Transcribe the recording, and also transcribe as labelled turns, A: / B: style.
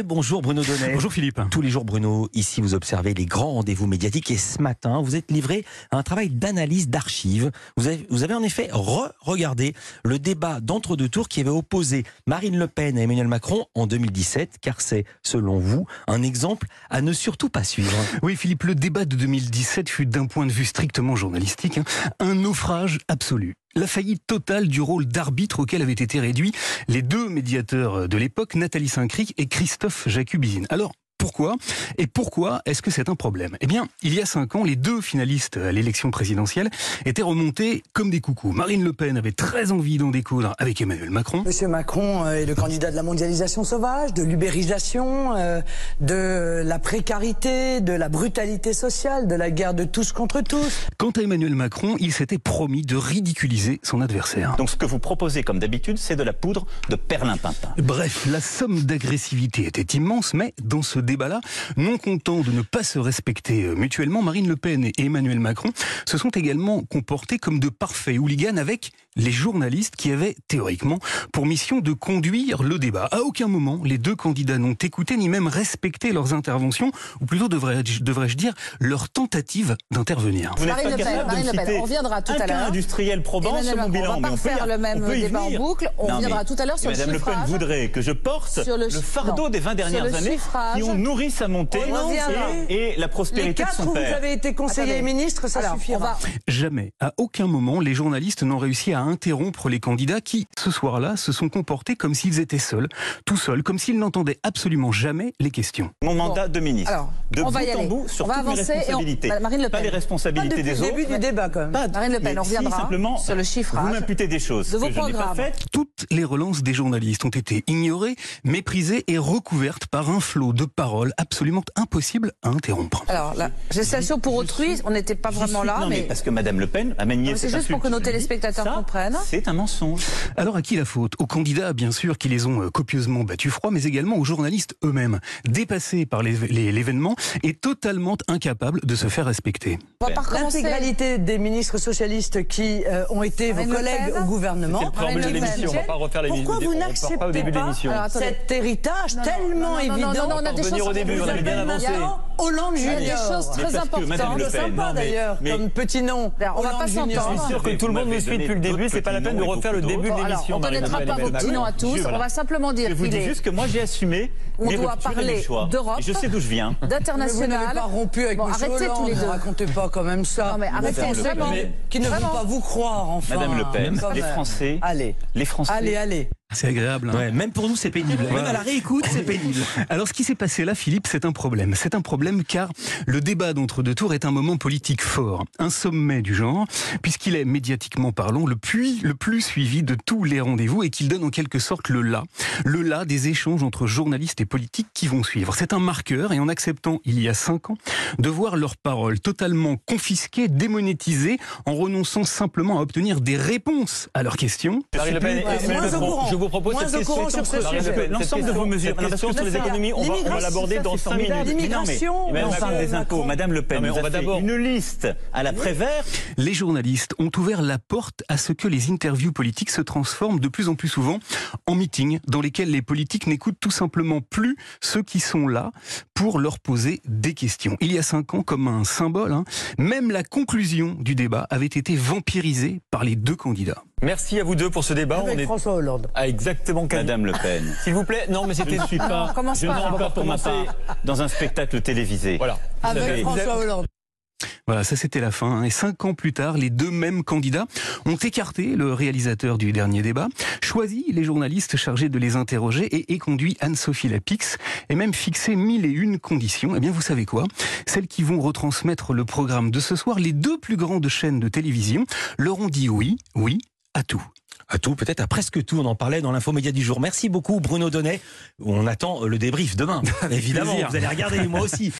A: Et bonjour Bruno Donnet.
B: Bonjour Philippe.
A: Tous les jours Bruno, ici vous observez les grands rendez-vous médiatiques et ce matin vous êtes livré à un travail d'analyse d'archives. Vous avez, vous avez en effet re-regardé le débat d'entre-deux tours qui avait opposé Marine Le Pen à Emmanuel Macron en 2017 car c'est selon vous un exemple à ne surtout pas suivre.
B: Oui Philippe, le débat de 2017 fut d'un point de vue strictement journalistique hein, un naufrage absolu. La faillite totale du rôle d'arbitre auquel avaient été réduits les deux médiateurs de l'époque, Nathalie Saint-Cric et Christophe Jacubizine. Alors, pourquoi Et pourquoi est-ce que c'est un problème Eh bien, il y a cinq ans, les deux finalistes à l'élection présidentielle étaient remontés comme des coucous. Marine Le Pen avait très envie d'en découdre avec Emmanuel Macron.
C: Monsieur Macron euh, est le candidat de la mondialisation sauvage, de l'ubérisation, euh, de la précarité, de la brutalité sociale, de la guerre de tous contre tous.
B: Quant à Emmanuel Macron, il s'était promis de ridiculiser son adversaire.
D: Donc ce que vous proposez, comme d'habitude, c'est de la poudre de perlimpinpin.
B: Bref, la somme d'agressivité était immense, mais dans ce débat-là, non content de ne pas se respecter euh, mutuellement, Marine Le Pen et Emmanuel Macron se sont également comportés comme de parfaits hooligans avec les journalistes qui avaient théoriquement pour mission de conduire le débat. À aucun moment, les deux candidats n'ont écouté ni même respecté leurs interventions, ou plutôt devrais-je devrais-je dire leur tentative d'intervenir.
D: Vous n'êtes
E: Marine
D: pas
E: Le Pen,
D: capable
E: Marine
D: de
E: Le
D: me
E: Pen,
D: citer
E: on reviendra tout
D: un
E: à
D: cas
E: l'heure.
D: industriel probant
E: Emmanuel
D: sur mon
E: Macron,
D: bilan. mais
E: on va pas
D: on peut y-
E: refaire le même
D: on peut y
E: débat en
D: venir.
E: boucle, on
D: Non,
E: reviendra
D: mais
E: tout à l'heure sur le
D: Madame Le
E: chiffrage.
D: Pen voudrait que je porte
E: Sur le
D: le,
E: chi-
D: fardeau
E: non.
D: des 20 dernières
E: Sur le
D: années
E: chiffrage.
D: qui ont nourri sa montée
E: On reviendra.
D: et, et la
C: Les
D: prospérité de
C: quatre
D: son
C: où vous
D: père.
C: avez été conseiller et
E: Attendez.
C: ministre, ça
E: Alors, on
C: suffira.
E: va,
B: Jamais, à aucun moment, les journalistes n'ont réussi à interrompre les candidats qui, ce soir-là, se sont comportés comme s'ils étaient seuls, tout seuls, comme s'ils n'entendaient absolument jamais les questions.
D: Mon mandat de ministre.
E: Alors,
D: de
E: on va
D: bout
E: y
D: en
E: aller.
D: bout sur
E: On va
D: toutes mes
E: avancer et on-
D: responsabilités.
E: Bah, Marine Le
D: Pas
E: Pen.
D: les responsabilités
C: Depuis le
D: des autres.
C: début du débat quand même.
D: Pas-
E: Marine Le Pen,
D: mais
E: on
D: si,
E: reviendra
D: simplement,
E: sur le hein. chiffrage
D: Vous m'imputez des choses
E: de vos
D: que je n'ai pas
E: programmes.
D: faites.
B: Toutes les relances des journalistes ont été ignorées, méprisées et recouvertes par un flot de paroles absolument impossible à interrompre.
E: alors, la gestation pour autrui, on n'était pas
D: J'y
E: vraiment
D: suis-
E: là,
D: non, mais...
E: mais,
D: parce que Madame Le Pen a
E: Non,
D: manié.
E: mais c'est
D: cette
E: juste pour
D: insulte
E: que
D: qui
E: nos
D: lui dit,
E: téléspectateurs
D: ça,
E: comprennent.
D: C'est un mensonge.
B: Alors à qui la faute Aux candidats, bien sûr, qui les ont euh, copieusement battus froid, mais également aux journalistes eux-mêmes, dépassés par les- les- l'événement et totalement incapables de se faire respecter.
E: on va pas recommencer.
C: L'intégralité des ministres socialistes qui euh, ont été
E: Marine
C: vos
E: Le
C: collègues
E: Pen.
C: au gouvernement.
F: C'est le préambule
E: Marine
F: de
E: Le Pen.
F: l'émission, on va pas refaire les
C: Pourquoi vous
F: on repart pas au
C: n'acceptez
F: début de
C: pas
F: l'émission.
E: Alors, attendez.
C: cet héritage
E: Non, non,
C: tellement
E: non, non, non,
C: évident
E: non, non, on a des
F: Revenir
E: choses
F: au début,
E: vous
F: on avait
E: appelle
F: bien avancé.
E: maintenant.
C: Hollande
E: Il y a
C: Junior.
E: des choses
D: Mais
E: très
D: parce que Madame
E: importantes.
D: Le Pen,
C: sympa
D: non, mais-
C: d'ailleurs
D: mais-
C: comme petit nom.
E: Alors, Ben, on va
C: Hollande
E: pas
C: Junior.
E: s'entendre.
F: sûr que
D: Vous
F: tout le monde
D: m'avez
F: nous suit
D: donné
F: depuis le
D: d'autres
F: début, c'est pas la
D: petits
F: peine de
D: noms et
F: refaire le
D: beaucoup
F: début
D: d'autres.
E: Alors,
F: de
E: on
F: l'émission.
E: ne
F: Marine Le
E: connaîtra
F: Pen,
E: pas vos
F: Emmanuel
E: petits
F: Macron.
E: noms à tous.
F: Voilà.
E: On va simplement dire
D: Je vous
E: qu'il
D: dis
E: est
D: juste que moi j'ai assumé
E: On
D: les
E: doit
D: ruptures et
E: parler
D: les choix.
E: d'Europe.
D: Et je sais d'où je viens.
C: Mais vous n'avez
E: d'international.
C: pas rompu avec
E: Bon,
C: Monsieur
E: arrêtez tous
C: Hollande,
E: les deux.
C: Ne racontez pas quand même ça.
E: Non, mais arrêtez,
D: Madame Le Pen.
E: vraiment.
D: Mais-
C: Qui ne
E: Vraiment.
C: veut pas vous croire, enfin.
D: Madame Le Pen,
C: Quand
D: les
C: même.
D: Français,
C: Allez,
D: les Français.
C: allez, allez.
B: C'est agréable. hein.
A: Ouais, même pour nous c'est pénible. Même à la réécoute c'est pénible.
B: Alors ce qui s'est passé là, Philippe, c'est un problème. C'est un problème car le débat d'entre-deux tours est un moment politique fort, un sommet du genre, puisqu'il est médiatiquement parlant le plus, le plus suivi de tous les rendez-vous et qu'il donne en quelque sorte le là, le là des échanges entre journalistes et politiques qui vont suivre. C'est un marqueur et en acceptant il y a cinq ans de voir leurs paroles totalement confisquées, démonétisées, en renonçant simplement à obtenir des réponses à leurs questions,
F: Marine Le Pen et
C: Ouais,
F: Emmanuel
C: moins au
F: Macron,
C: courant.
F: je vous propose
C: Moins
F: cette
C: au
F: question.
C: courant sur ce
F: Marine Le
C: sujet.
F: Pen,
D: L'ensemble
F: cette
D: de vos
F: question-
D: mesures.
F: cette
D: Non, parce
F: question
D: que
F: sur les
D: ça,
F: économies, on va- on va
C: l'immigration,
F: l'aborder
C: ça,
F: dans
C: c'est
F: 5
C: formidable.
F: minutes.
C: L'immigration,
D: Non, mais
C: on
D: on parle
C: parle
D: des impôts.
C: Macron.
D: Madame Le Pen
F: Non, mais
D: nous
F: on
D: a
F: va
D: fait
F: d'abord-
D: une liste à la Prévert.
B: les journalistes ont ouvert la porte à ce que les interviews politiques se transforment de plus en plus souvent en meetings dans lesquels les politiques n'écoutent tout simplement plus ceux qui sont là pour leur poser des questions. Il y a cinq ans, comme un symbole, hein, même la conclusion du débat avait été vampirisée par les deux candidats.
F: Merci à vous deux pour ce débat. On
C: Avec
F: est
C: François Hollande.
F: à exactement 4
D: Madame Le Pen.
F: S'il vous plaît, non, mais
D: Je
F: c'était.
D: ne suis pas,
E: commence
D: je
E: pas.
D: ne suis pas pour ma part dans un spectacle télévisé.
F: Voilà.
D: Vous
C: Avec
D: avez-
C: François Hollande.
B: Voilà, ça c'était la fin. hein. Et cinq ans plus tard, les deux mêmes candidats ont écarté le réalisateur du dernier débat, choisi les journalistes chargés de les interroger et éconduit Anne-Sophie Lapix et même fixé mille et une conditions. Eh bien, vous savez quoi Celles qui vont retransmettre le programme de ce soir, les deux plus grandes chaînes de télévision leur ont dit oui, oui à tout.
A: À tout, peut-être à presque tout. On en parlait dans l'infomédia du jour. Merci beaucoup Bruno Donnet. On attend le débrief demain. Évidemment,
B: plaisir.
A: vous allez regarder moi aussi.